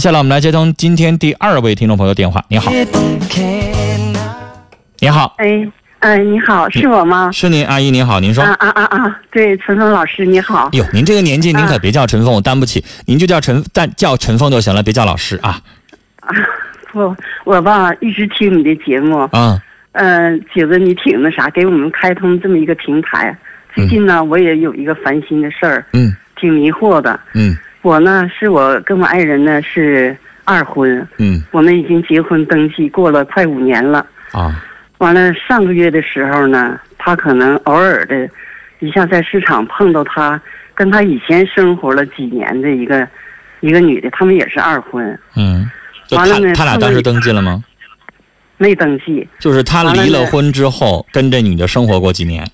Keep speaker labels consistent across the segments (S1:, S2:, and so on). S1: 接下来我们来接通今天第二位听众朋友电话。你好，你好，
S2: 哎，嗯、你好，是我吗？
S1: 是您阿姨，您好，您说
S2: 啊。啊啊啊！对，陈峰老师，你好。
S1: 哟，您这个年纪，
S2: 啊
S1: 您可别叫陈峰，我担不起。您就叫陈，但叫陈峰就行了，别叫老师啊。
S2: 我我吧，一直听你的节目，
S1: 啊，
S2: 嗯、觉得你挺那啥，给我们开通这么一个平台。最近呢，我也有一个烦心的事儿，
S1: 嗯
S2: 挺迷惑的。
S1: 嗯
S2: 我呢，是我跟我爱人呢是二婚，
S1: 嗯
S2: 我们已经结婚登记过了快五年了。
S1: 啊
S2: 完了，上个月的时候呢，他可能偶尔的，一下在市场碰到他，跟他以前生活了几年的一个一个女的，他们也是二婚，
S1: 嗯，就
S2: 完了
S1: 他
S2: 呢
S1: 他俩当时登记了吗？
S2: 没登记。
S1: 就是他
S2: 完了
S1: 离了
S2: 呢
S1: 婚之后，跟这女的生活过几年，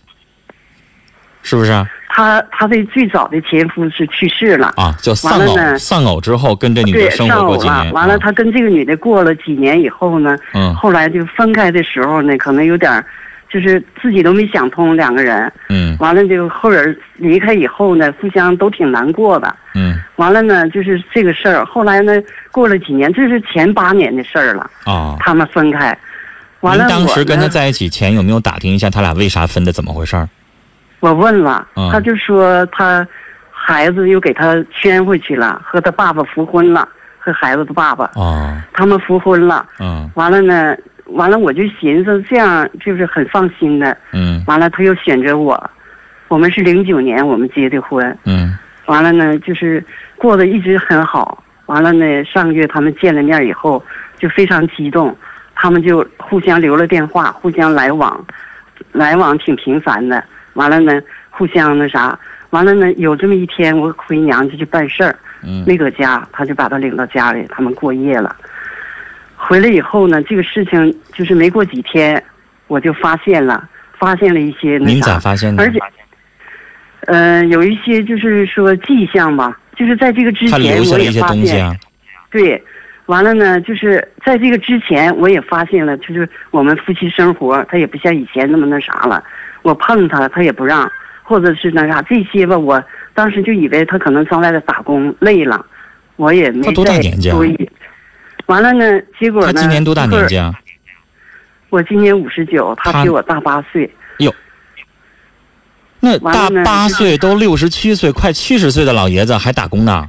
S1: 是不是啊？
S2: 他他的最早的前夫是去世了，
S1: 啊就丧
S2: 完了
S1: 偶
S2: 呢啊
S1: 丧偶之后，跟这女
S2: 对，
S1: 的生
S2: 上
S1: 活过
S2: 偶
S1: 几
S2: 了
S1: 年。。
S2: 完了，他跟这个女的过了几年以后呢，
S1: 嗯
S2: 后来就分开的时候呢，可能有点儿，就是自己都没想通两个人。
S1: 嗯
S2: 完了，就后人离开以后呢，互相都挺难过的。
S1: 嗯
S2: 完了呢，就是这个事儿。后来呢，过了几年，这是前八年的事儿了，
S1: 啊。
S2: 他们分开。完
S1: 您
S2: 了，
S1: 当时跟
S2: 我
S1: 他
S2: 呢
S1: 在一起前有没有打听一下他俩为啥分的，怎么回事儿？
S2: 我问了，
S1: 嗯
S2: 他就说他孩子又给他圈回去了，和他爸爸复婚了，和孩子的爸爸，
S1: 哦，
S2: 他们复婚了。
S1: 嗯
S2: 完了呢，完了我就寻思这样就是很放心的。
S1: 嗯
S2: 完了，他又选择我，我们是零九年我们结的婚，
S1: 嗯
S2: 完了呢就是过得一直很好。完了呢，上个月他们见了面以后就非常激动，他们就互相留了电话，互相来往，来往挺频繁的。完了呢，互相那啥，完了呢有这么一天我回娘家去办事儿，
S1: 嗯
S2: 没搁家，他就把他领到家里，他们过夜了。回来以后呢，这个事情就是没过几天，我就发现了，发现了一些那
S1: 您咋
S2: 啥，
S1: 发现的？
S2: 而且，呃，有一些就是说迹象吧，就是在这个之
S1: 他
S2: 前
S1: 留下
S2: 我
S1: 了一
S2: 也
S1: 些
S2: 发
S1: 东西
S2: 现，
S1: 啊。
S2: 对，完了呢，就是在这个之前我也发现了，就是我们夫妻生活，他也不像以前那么那啥了，我碰他他也不让，或者是那啥这些吧，我当时就以为他可能上外头打工累了，我也没
S1: 他多大
S2: 再
S1: 年纪啊
S2: 注意。完了呢，结果
S1: 他
S2: 呢？
S1: 今年多大
S2: 一会
S1: 年
S2: 儿
S1: 纪啊？
S2: 我今年五十九，他比我大八岁。
S1: 那
S2: 完
S1: 大
S2: 了呢
S1: 八
S2: 就是
S1: 岁都六十七岁，快七十岁的老爷子还打工呢。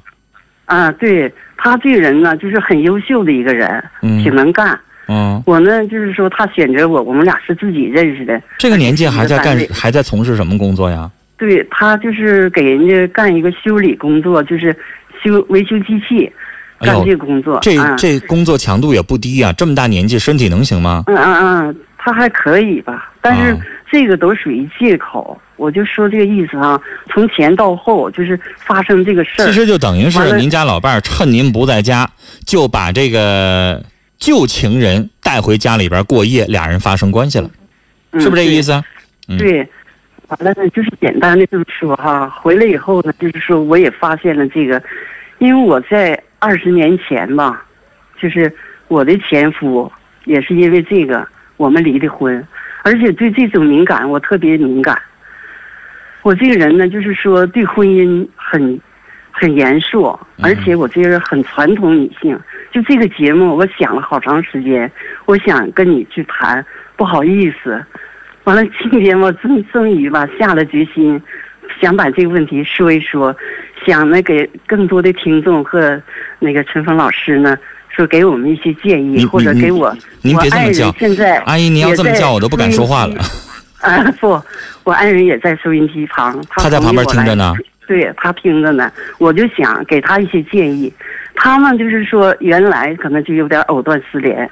S2: 啊，对他这个人呢，就是很优秀的一个人，挺
S1: 嗯
S2: 能干。
S1: 嗯，
S2: 我呢，就是说他选择我，我们俩是自己认识的。
S1: 这个年纪还在干
S2: 是，的
S1: 还在从事什么工作呀？
S2: 对他就是给人家干一个修理工作，就是修维修机器，
S1: 哎
S2: 干
S1: 呦
S2: 这个工作。
S1: 这
S2: 啊
S1: 这工作强度也不低啊呀、这么大年纪，身体能行吗？
S2: 嗯嗯嗯，他还可以吧，但是
S1: 啊
S2: 这个都属于借口。我就说这个意思啊，从前到后就是发生这个事儿
S1: 其。实就等于
S2: 完
S1: 是
S2: 了
S1: 您家老伴儿趁您不在家，就把这个旧情人带回家里边过夜，俩人发生关系了，
S2: 嗯
S1: 是不是这个意思啊？嗯
S2: 对，对完了呢，就是简单的这么说哈。回来以后呢，就是说我也发现了这个，因为我在二十年前吧，就是我的前夫也是因为这个我们离的婚，而且对这种敏感我特别敏感。我这个人呢，就是说对婚姻很很严肃，而且我这个人很传统女性。就这个节目，我想了好长时间，我想跟你去谈，不好意思。完了，今天我终终于吧下了决心，想把这个问题说一说，想呢给更多的听众和那个陈峰老师呢，说给我们一些建
S1: 你
S2: 议，或者
S1: 你
S2: 给我
S1: 您
S2: 我
S1: 别这么
S2: 爱人
S1: 叫
S2: 现在
S1: 阿姨，您要
S2: 也
S1: 这么
S2: 在
S1: 叫我都不敢说
S2: 收音
S1: 话
S2: 机
S1: 了。
S2: 啊，不，我爱人也在收音机旁，
S1: 他在旁边听着呢。
S2: 对他听着呢，我就想给他一些建议。他们就是说，原来可能就有点藕断丝连，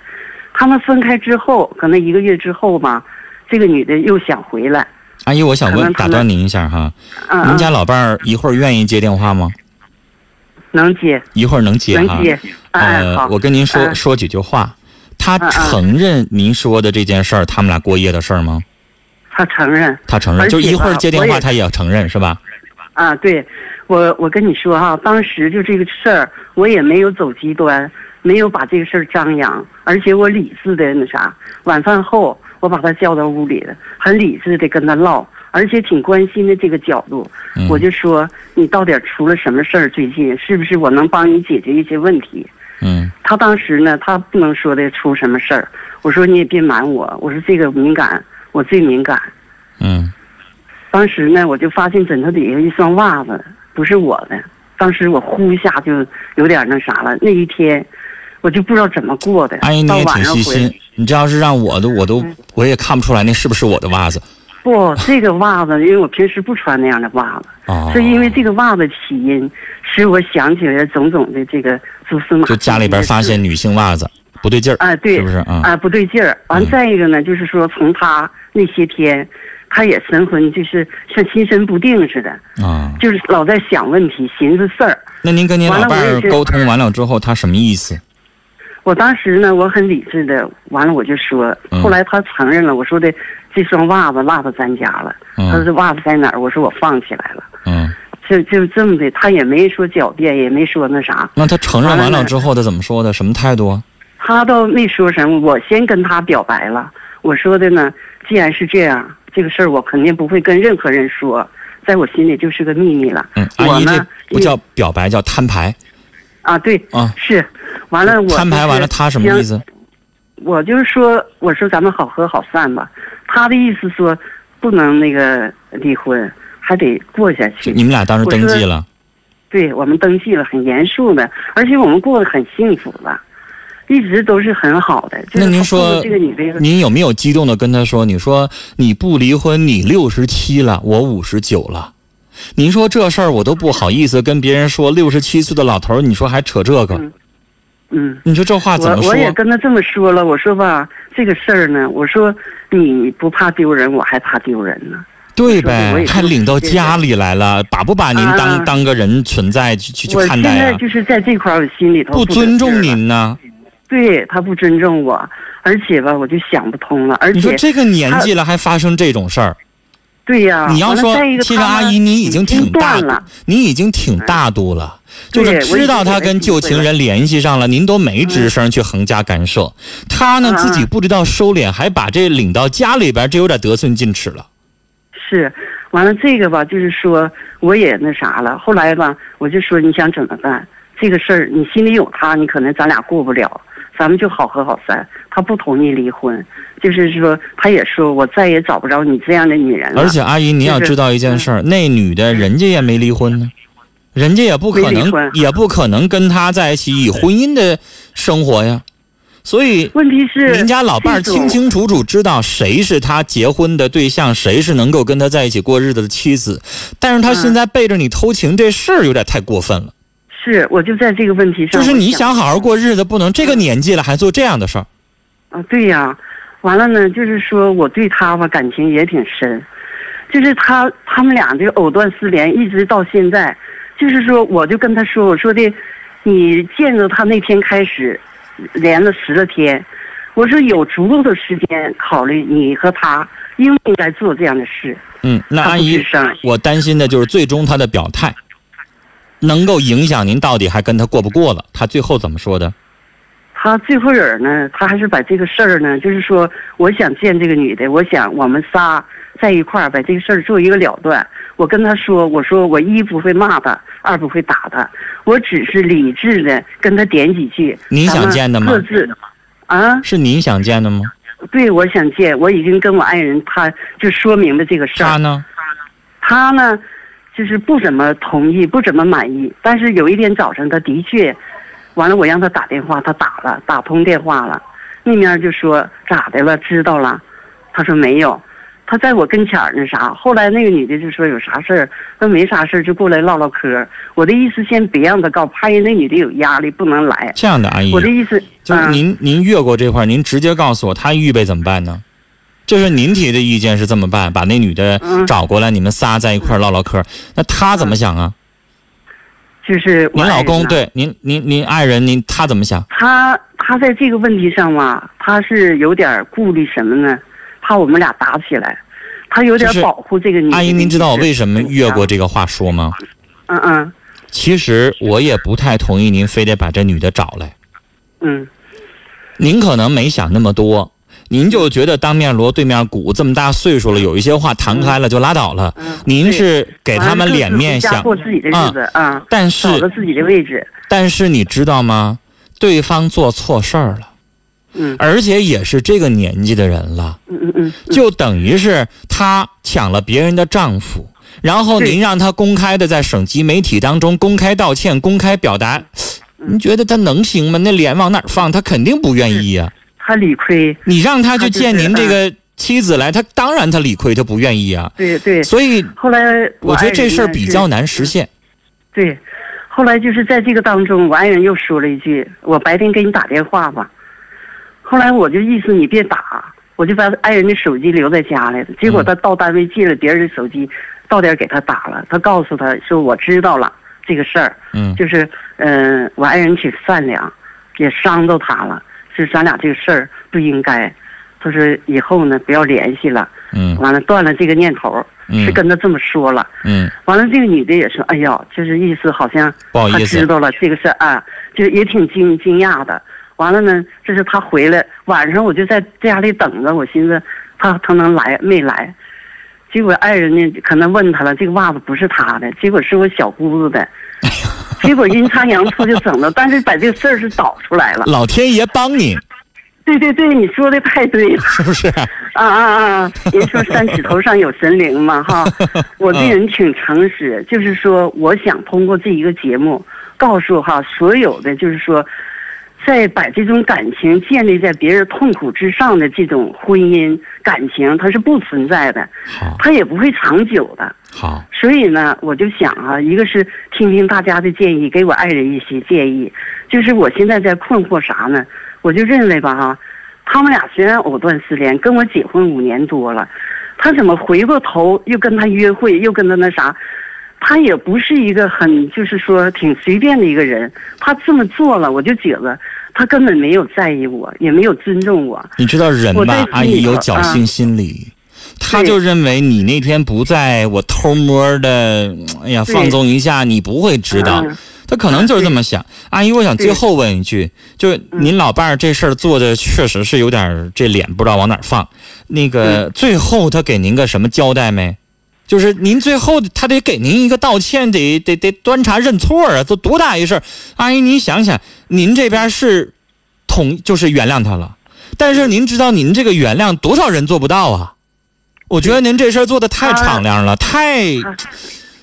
S2: 他们分开之后，可能一个月之后吧，这个女的又想回来。
S1: 阿姨，我想
S2: 可
S1: 问，
S2: 能他
S1: 打
S2: 们
S1: 断您一下哈，
S2: 嗯、
S1: 您
S2: 嗯
S1: 家老伴儿一会儿愿意接电话吗？
S2: 能接，
S1: 一会儿能接
S2: 能
S1: 哈。
S2: 接。哎、
S1: 呃，
S2: 好
S1: 我，跟您说
S2: 嗯
S1: 说几句话。他
S2: 嗯嗯
S1: 承认您说的这件事儿，他们俩过夜的事儿吗？
S2: 他承认
S1: 他承认，
S2: 而
S1: 就
S2: 且
S1: 一会儿
S2: 吧
S1: 接电
S2: 我
S1: 话，
S2: 也
S1: 他也承认是吧？
S2: 啊。对，我我跟你说哈、当时就这个事儿，我也没有走极端，没有把这个事儿张扬，而且我理智的那啥，晚饭后我把他叫到屋里了，很理智的跟他唠，而且挺关心的这个角度。
S1: 嗯
S2: 我就说你到底出了什么事儿？最近是不是我能帮你解决一些问题？
S1: 嗯
S2: 他当时呢，他不能说的出什么事儿。我说你也别瞒我，我说这个敏感，我最敏感。
S1: 嗯
S2: 当时呢，我就发现枕头底下一双袜子不是我的，当时我呼一下就有点那啥了。那一天，我就不知道怎么过的。
S1: 阿姨哎你
S2: 到
S1: 也
S2: 晚
S1: 挺
S2: 上
S1: 细
S2: 回来嗯
S1: 心，你这要是让我的，我都我也看不出来那是不是我的袜子
S2: 不，这个袜子，因为我平时不穿那样的袜子，
S1: 啊。
S2: 是因为这个袜子起因，使我想起来种种的这个蛛丝马迹。
S1: 就家里边发现女性袜子不对劲儿，
S2: 啊、对，
S1: 是不是啊
S2: 啊、不对劲儿。完
S1: 嗯，
S2: 再一个呢，就是说从他那些天，他也神魂就是像心神不定似的，
S1: 啊？
S2: 就是老在想问题、寻思事儿。
S1: 那您跟您
S2: 完
S1: 老
S2: 了
S1: 伴
S2: 我
S1: 儿
S2: 也是
S1: 沟通完了之后，他什么意思？
S2: 我当时呢，我很理智的，完了我就说，
S1: 嗯
S2: 后来他承认了，我说的这双袜子落到咱家了，他
S1: 嗯
S2: 说袜子在哪儿？我说我放起来了，
S1: 嗯，
S2: 就就这么的，他也没说狡辩，也没说那啥，
S1: 那他承认
S2: 完了
S1: 完了
S2: 呢
S1: 之后，他怎么说的？什么态度啊？
S2: 他倒没说什么，我先跟他表白了。我说的呢，既然是这样，这个事儿我肯定不会跟任何人说，在我心里就是个秘密了。
S1: 嗯，
S2: 我
S1: 阿姨
S2: 呢
S1: 这不叫表白，叫摊牌
S2: 啊，对，
S1: 啊。
S2: 是，完了我、就是、
S1: 摊牌完了，他什么意思？
S2: 我就是说，我说咱们好合好散吧。他的意思说，不能那个离婚，还得过下去。
S1: 你们俩当时登记了，
S2: 对我们登记了，很严肃的，而且我们过得很幸福的，一直都是很好的。就是
S1: 那您
S2: 他
S1: 说
S2: 碰到这个女的以后，
S1: 您有没有激动的跟他说？你说你不离婚，你六十七了，我五十九了。您说这事儿我都不好意思跟别人说，六十七岁的老头儿，你说还扯这个？
S2: 嗯嗯，
S1: 你说这话怎
S2: 我
S1: 么说
S2: 我？也跟他这么说了，我说吧，这个事儿呢，我说你不怕丢人，我还怕丢人呢。
S1: 对
S2: 我
S1: 呗，
S2: 也
S1: 还领到家里来了，把不把您当、
S2: 啊
S1: 当个人存在去去去
S2: 我
S1: 看
S2: 现
S1: 待
S2: 在
S1: 啊？
S2: 就是在这块儿，我心里头
S1: 不
S2: 得
S1: 尊
S2: 劲儿
S1: 重
S2: 了，
S1: 您呢？
S2: 对他不尊重我，而且吧，我就想不通了，而
S1: 你说
S2: 且
S1: 这个年纪了还发生这种事儿？
S2: 对呀、
S1: 你要
S2: 完了
S1: 说
S2: 再一个，
S1: 其实
S2: 他
S1: 阿
S2: 呢
S1: 姨你已经挺大
S2: 断了，
S1: 你已经挺大度了，就
S2: 对
S1: 是知道他跟旧情人联系上了，您都没吱声去横加干涉。他呢
S2: 嗯
S1: 自己不知道收敛，还把这领到家里边，这有点得寸进尺了。
S2: 是，完了这个吧，就是说我也那啥了。后来吧，我就说你想怎么办？这个事儿你心里有他，你可能咱俩过不了，咱们就好合好散。他不同意离婚，就是说他也说我再也找不着你这样的女人了。
S1: 而且阿姨，您要
S2: 嗯就是
S1: 知道一件事儿，那女的人家也没离婚呢。人家也不可
S2: 没
S1: 能
S2: 离婚，
S1: 也不可能跟他在一起以婚姻的生活呀，所以
S2: 问题是
S1: 您家老伴儿
S2: 这种
S1: 清清楚楚知道谁是他结婚的对象，谁是能够跟他在一起过日子的妻子，但是他
S2: 嗯
S1: 现在背着你偷情这事儿有点太过分了。
S2: 是，我就在这个问题
S1: 就
S2: 上，
S1: 是
S2: 我
S1: 你想好好过日子，不能这个年纪了还做这样的事儿。
S2: 啊，对呀、完了呢，就是说我对他吧感情也挺深，就是他他们俩这个藕断丝连，一直到现在，就是说我就跟他说，我说的，你见着他那天开始，连了十来天，我说有足够的时间考虑你和他应不应该做这样的事，
S1: 嗯，那
S2: 他
S1: 阿
S2: 啊不
S1: 姨
S2: 吱，声，
S1: 我担心的就是最终他的表态，能够影响您到底还跟他过不过了。他最后怎么说的？
S2: 他最后人呢，他还是把这个事儿呢，就是说，我想见这个女的，我想我们仨在一块儿把这个事儿做一个了断。我跟他说，我说我一不会骂他，二不会打他，我只是理智的跟他点几句。
S1: 您想见的吗
S2: 咱们各自啊，
S1: 是您想见的吗？
S2: 对，我想见，我已经跟我爱人他就说明了这个事
S1: 他
S2: 儿。
S1: 呢？
S2: 他呢，就是不怎么同意，不怎么满意。但是有一天早上，他的确，完了我让他打电话，他打了，打通电话了，那面就说咋的了，知道了。他说没有，他在我跟前儿那啥。后来那个女的就说有啥事儿，那没啥事儿就过来唠唠嗑儿。我的意思先别让他告，怕人那女的有压力不能来。
S1: 这样的阿姨，
S2: 我的意思，
S1: 就是
S2: 嗯
S1: 您您越过这块儿，您直接告诉我他预备怎么办呢？就是您提的意见是这么办，把那女的
S2: 嗯
S1: 找过来，你们仨在一块儿唠唠嗑儿。那他怎么想啊？
S2: 就是啊我
S1: 您
S2: 哎爱
S1: 老
S2: 人
S1: 公
S2: 呐
S1: 对您您您爱人您他怎么想？
S2: 他他在这个问题上嘛，他是有点顾虑什么呢？怕我们俩打起来，他有点
S1: 就是
S2: 保护这个女的。
S1: 阿姨，您知道我为什么越过
S2: 这？
S1: 这个话说吗？
S2: 嗯嗯
S1: 其实我也不太同意您非得把这女的找来。
S2: 嗯，
S1: 您可能没想那么多，您就觉得当面锣对面鼓，这么大岁数了，有一些话谈开了就拉倒了。
S2: 嗯
S1: 您
S2: 对
S1: 是给他们脸面
S2: 完了各自
S1: 想，
S2: 回家过自己的日子啊，
S1: 但
S2: 找
S1: 是
S2: 到自己的位置。
S1: 但是你知道吗？对方做错事儿了，
S2: 嗯
S1: 而且也是这个年纪的人了，
S2: 嗯嗯嗯，
S1: 就等于是她抢了别人的丈夫，然后
S2: 对
S1: 您让她公开的在省级媒体当中公开道歉、公开表达，
S2: 嗯
S1: 您觉得她能行吗？那脸往哪儿放？她肯定不愿意呀、
S2: 他理亏，
S1: 你让她去
S2: 她就是
S1: 见您这个妻子来，她当然她理亏，她不愿意啊。
S2: 对对。
S1: 所以
S2: 后来
S1: 我觉得这事儿比较
S2: 难。
S1: 难实现。
S2: 对，后来就是在这个当中，我爱人又说了一句：“我白天给你打电话吧。”后来我就意思你别打，我就把爱人的手机留在家里了。结果他到单位借了别人的手机，到点儿给他打了。他告诉他说：“我知道了这个事儿，
S1: 嗯
S2: 就是嗯、呃我爱人挺善良，也伤到他了，是咱俩这个事儿不应该。”他说：“以后呢，不要联系了。”
S1: 嗯
S2: 完了，断了这个念头儿，
S1: 嗯
S2: 是跟他这么说了。
S1: 嗯，
S2: 完了，这个女的也说：“哎呀，就是意思好像
S1: 不好
S2: 她
S1: 意
S2: 知
S1: 思，
S2: 道了这个事儿啊，就是也挺惊惊讶的。完了呢，这是她回来晚上，我就在家里等着，我寻思她她能来没来？结果爱人呢，可能问她了，这个袜子不是她的，结果是我小姑子的。 结果阴差阳错就整了，但是把这个事儿是找出来了。
S1: 老天爷帮你，
S2: 对对对，你说的太对了。”
S1: 是不是？
S2: 啊啊啊！人说山指头上有神灵嘛，哈，我这人挺诚实，就是说，我想通过这一个节目，告诉哈所有的，就是说，在把这种感情建立在别人痛苦之上的这种婚姻感情，它是不存在的，
S1: 好，
S2: 它也不会长久的。
S1: 好，
S2: 所以呢，我就想啊，一个是听听大家的建议，给我爱人一些建议。就是我现在在困惑啥呢？我就认为吧，哈，他们俩虽然藕断丝连，跟我结婚五年多了，他怎么回过头又跟他约会，又跟他那啥？他也不是一个很就是说挺随便的一个人，他这么做了，我就觉得他根本没有在意我，也没有尊重我。
S1: 你知道人
S2: 我在
S1: 吧
S2: 啊心？
S1: 阿
S2: 里
S1: 姨有
S2: 头
S1: 侥幸心理，她就认为你那天不在，我偷摸的，哎呀，
S2: 对
S1: 放纵一下，你不会知道
S2: 嗯。
S1: 她可能就是这么想。阿姨，我想
S2: 对
S1: 最后问一句，就是您老伴儿这事儿做的确实是有点儿这脸不知道往哪儿放。那
S2: 嗯
S1: 个最后他给您个什么交代没？就是您最后他得给您一个道歉，得得得端茶认错啊！都多大一事儿，阿姨您想想，您这边是统就是原谅他了，但是您知道您这个原谅多少人做不到啊？我觉得您这事儿做的太
S2: 他
S1: 敞亮了，太
S2: 他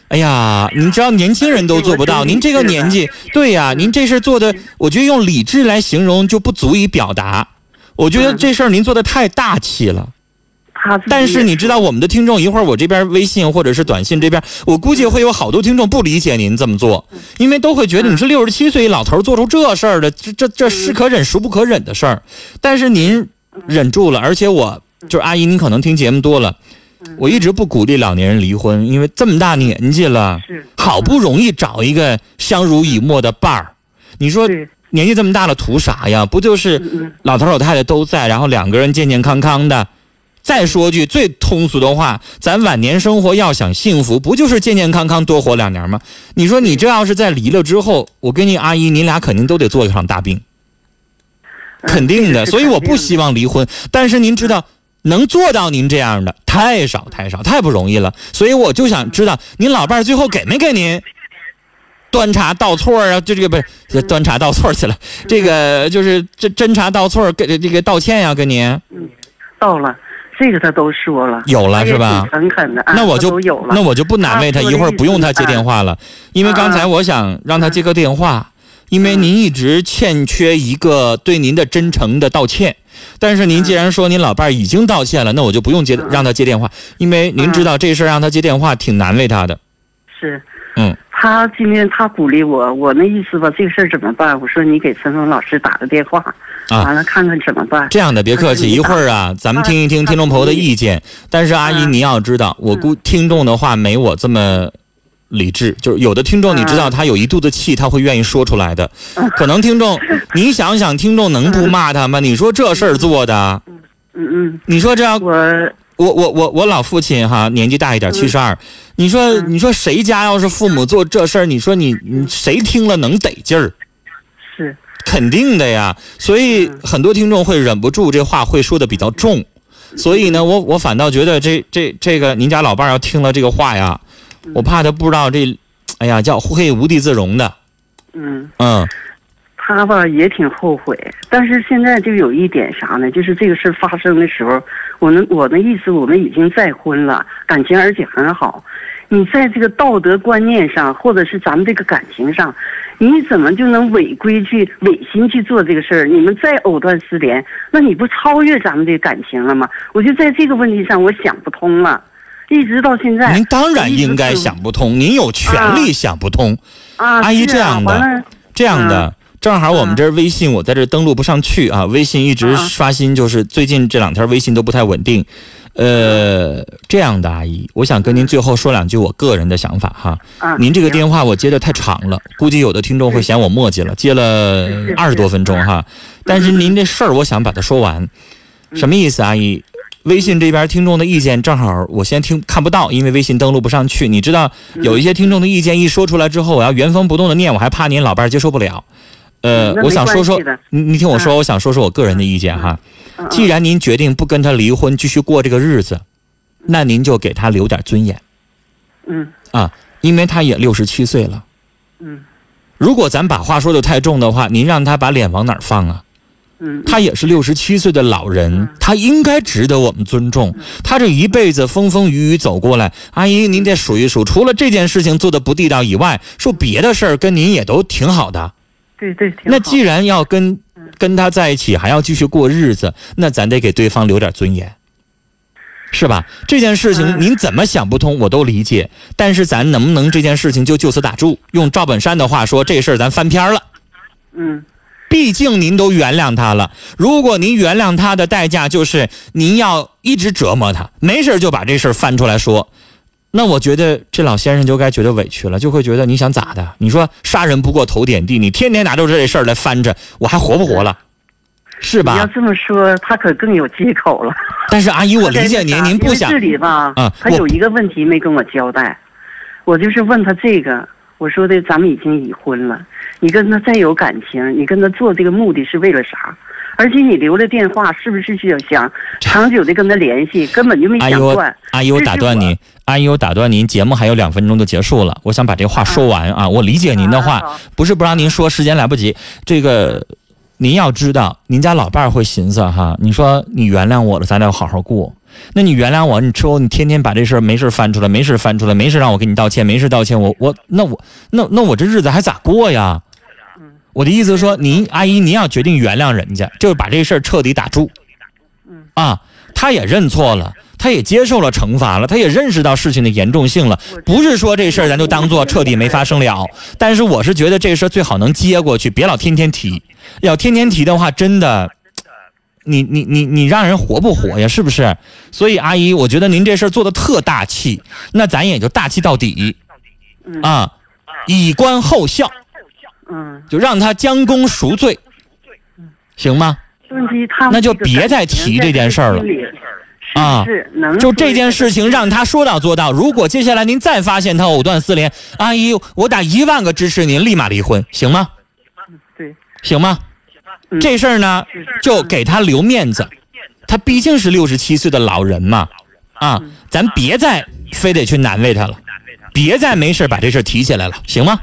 S1: 哎呀，您知道年轻人都做不到，
S2: 我觉得
S1: 您这个年纪，对呀、您这事儿做的，我觉得用理智来形容就不足以表达。我觉得
S2: 嗯
S1: 这事儿您做的太大气了。
S2: 他自己
S1: 但是
S2: 也
S1: 你知道，我们的听众一会儿我这边微信或者是短信这边，我估计会有好多听众不理解您这么做，因为都会觉得你是六十七岁老头儿做出这事儿的，这这这是可忍孰不可忍的事儿。但是您忍住了，而且我就是阿姨，您可能听节目多了，
S2: 嗯
S1: 我一直不鼓励老年人离婚，因为这么大年纪了，
S2: 是
S1: 好不容易找一个相濡以沫的伴儿，你说
S2: 对
S1: 年纪这么大了图啥呀？不就是
S2: 嗯
S1: 老头老太太都在，然后两个人健健康康的。再说句最通俗的话，咱晚年生活要想幸福，不就是健健康康多活两年吗？你说你这要是在离了之后，我跟你阿姨，你俩肯定都得做一场大病，
S2: 嗯
S1: 肯定的。
S2: 这个是
S1: 所以我
S2: 肯定
S1: 不
S2: 的
S1: 希望离婚，但是您知道，能做到您这样的太少太少，太不容易了。所以我就想知道，您老伴儿最后给没给您端茶倒错儿啊？就这个不是这端茶倒错儿去了，这个就是这斟茶倒错儿给这个道歉呀、跟您
S2: 到了，这个他都说了。
S1: 有
S2: 他
S1: 了
S2: 也
S1: 是吧
S2: 挺？诚恳的，啊、
S1: 那我
S2: 他
S1: 就
S2: 都有了。
S1: 那我就不难为他，
S2: 啊
S1: 一会儿不用他接电话了，因为刚才我想让他接个电话，因
S2: 嗯
S1: 为您一直欠缺一个对您的真诚的道歉。但是您既然说您老伴儿已经道歉了，那我就不用接
S2: 嗯
S1: 让他接电话，因为您知道这事儿让他接电话挺难为他的。
S2: 是，
S1: 嗯，
S2: 他今天他鼓励我，我那意思吧，这个事儿怎么办？我说你给陈峰老师打个电话，
S1: 啊
S2: 完了看看怎么办。
S1: 这样的，别客气，一会儿啊，咱们听一听听众朋友的意见。但是阿姨，
S2: 嗯
S1: 你要知道，我估听众的话没我这么。理智就是有的听众，
S2: 嗯
S1: 你知道他有一肚子气，他会愿意说出来的。可能听众，你想想，听众能不骂他吗？你说这事儿做的，
S2: 嗯
S1: 你说这要
S2: 嗯，我
S1: 我我我我老父亲哈，年纪大一点，七十二。你说
S2: 嗯
S1: 你说谁家要是父母做这事儿，你说你你谁听了能得劲儿？
S2: 是
S1: 肯定的呀，所以
S2: 嗯
S1: 很多听众会忍不住这话会说的比较重，所以呢，我我反倒觉得这这这个您家老伴儿要听了这个话呀，我怕他不知道这，哎呀，叫会无地自容的，
S2: 嗯，
S1: 嗯，
S2: 他吧也挺后悔，但是现在就有一点啥呢？就是这个事儿发生的时候，我能我的意思，我们已经再婚了，感情而且很好。你在这个道德观念上，或者是咱们这个感情上，你怎么就能违规去违心去做这个事儿？你们再藕断丝连，那你不超越咱们这个感情了吗？我就在这个问题上，我想不通了，一直到现在。
S1: 您当然应该想不通，您有权利想不通。
S2: 啊，
S1: 阿姨这
S2: 是啊
S1: 样的
S2: 完了
S1: 这样的，正好我们这儿微信我在这儿登录不上去啊，微信一直
S2: 啊
S1: 刷新，就是最近这两天微信都不太稳定。呃，这样的阿姨，我想跟您最后说两句我个人的想法哈。
S2: 啊，
S1: 您这个电话我接的太长了，估计有的听众会嫌我墨迹了，接了
S2: 是是
S1: 二十多分钟哈。但是您这事儿，我想把它说完，什么意思，阿姨？微信这边听众的意见正好我先听看不到，因为微信登录不上去。你知道有一些听众的意见一说出来之后，我要原封不动的念，我还怕您老伴儿接受不了。呃
S2: 嗯那，
S1: 我
S2: 没
S1: 想说
S2: 关
S1: 说
S2: 系的，嗯
S1: 你你听我说，我想说说我个人的意见哈。
S2: 嗯嗯
S1: 既然您决定不跟他离婚，继续过这个日子，那您就给他留点尊严。
S2: 嗯
S1: 啊，因为他也六十七岁了。
S2: 嗯
S1: 如果咱把话说的太重的话，您让他把脸往哪儿放啊？
S2: 嗯，
S1: 他也是六十七岁的老人，他应该值得我们尊重。他这一辈子风风雨雨走过来，阿姨您得数一数，除了这件事情做的不地道以外，说别的事儿跟您也都挺好的。
S2: 对对，挺
S1: 那
S2: 好嗯
S1: 既然要跟跟他在一起，还要继续过日子，那咱得给对方留点尊严，是吧？这件事情
S2: 嗯
S1: 您怎么想不通，我都理解。但是咱能不能这件事情就就此打住？用赵本山的话说，这事儿咱翻篇儿了。
S2: 嗯
S1: 毕竟您都原谅他了，如果您原谅他的代价就是您要一直折磨他，没事儿就把这事儿翻出来说，那我觉得这老先生就该觉得委屈了，就会觉得你想咋的？你说杀人不过头点地，你天天拿出这事儿来翻着，我还活不活了？是
S2: 你要
S1: 吧？
S2: 这么说，他可更有借口了。
S1: 但是阿姨，我理解
S2: 他在那
S1: 您，
S2: 啥
S1: 您
S2: 因
S1: 不
S2: 为
S1: 想
S2: 这里吧？
S1: 啊
S2: 他
S1: 我
S2: 有一个问题没跟我交代，我就是问他这个，我说的咱们已经已婚了，你跟他再有感情，你跟他做这个目的是为了啥？而且你留了电话，是不是就想长久的跟他联系？根本就没
S1: 阿姨
S2: 想
S1: 我
S2: 断。
S1: 阿姨，我打断
S2: 这
S1: 您，阿姨，我打断您，节目还有两分钟就结束了，我想把这话说完啊。我理解您的话
S2: 啊好，
S1: 不是不让您说，时间来不及。这个您要知道，您家老伴儿会寻思哈，你说你原谅我了，咱俩好好过。那你原谅我，你之后你天天把这事儿没事儿翻出来，没事儿翻出来，没事儿让我给你道歉，没事儿道歉，我我那我那那我这日子还咋过呀？我的意思是说，您阿姨您要决定原谅人家，就是把这事儿彻底打住。啊，他也认错了，他也接受了惩罚了，他也认识到事情的严重性了。不是说这事儿咱就当做彻底没发生了，但是我是觉得这事儿最好能接过去，别老天天提。要天天提的话，真的，你你你你让人活不活呀？是不是？所以阿姨，我觉得您这事儿做的特大气，那咱也就大气到底
S2: 嗯
S1: 啊，以观后效，
S2: 嗯，
S1: 就让他将功赎罪，行吗？
S2: 问题他们
S1: 那就
S2: 这个
S1: 别
S2: 感
S1: 再
S2: 情
S1: 提
S2: 在
S1: 这件事儿了
S2: 心里。
S1: 啊
S2: 是是能
S1: 就
S2: 说
S1: 这件事情，让他说到做到。如果接下来您再发现他藕断丝连，阿姨，我打一万个支持您，立马离婚，行吗？
S2: 对，
S1: 行吗？
S2: 嗯
S1: 这事儿呢，就给他留面子。他毕竟是六十七岁的老人嘛，啊，
S2: 嗯
S1: 咱别再非得去难为他了，别再没事儿把这事儿提起来了，行吗？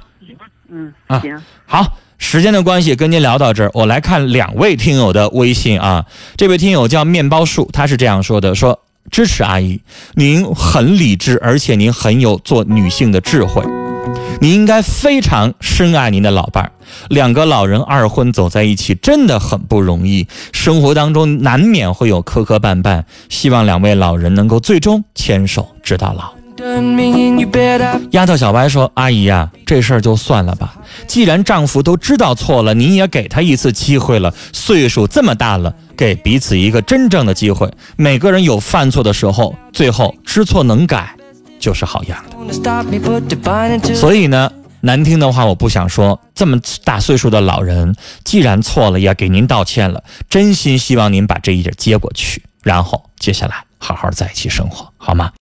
S2: 嗯
S1: 啊
S2: 行。
S1: 好，时间的关系，跟您聊到这儿。我来看两位听友的微信啊，这位听友叫面包树，他是这样说的：说支持阿姨，您很理智，而且您很有做女性的智慧。您应该非常深爱您的老伴儿，两个老人二婚走在一起真的很不容易，生活当中难免会有磕磕绊绊。希望两位老人能够最终牵手直到老。
S3: Done me and you bet I
S1: 丫头小白说：“阿姨呀、这事儿就算了吧。既然丈夫都知道错了，您也给他一次机会了。岁数这么大了，给彼此一个真正的机会。每个人有犯错的时候，最后知错能改，就是好样的。
S3: wanna stop me, put the bind into
S1: 所以呢，难听的话我不想说。这么大岁数的老人，既然错了，也给您道歉了。真心希望您把这一点接过去，然后接下来好好在一起生活，好吗？”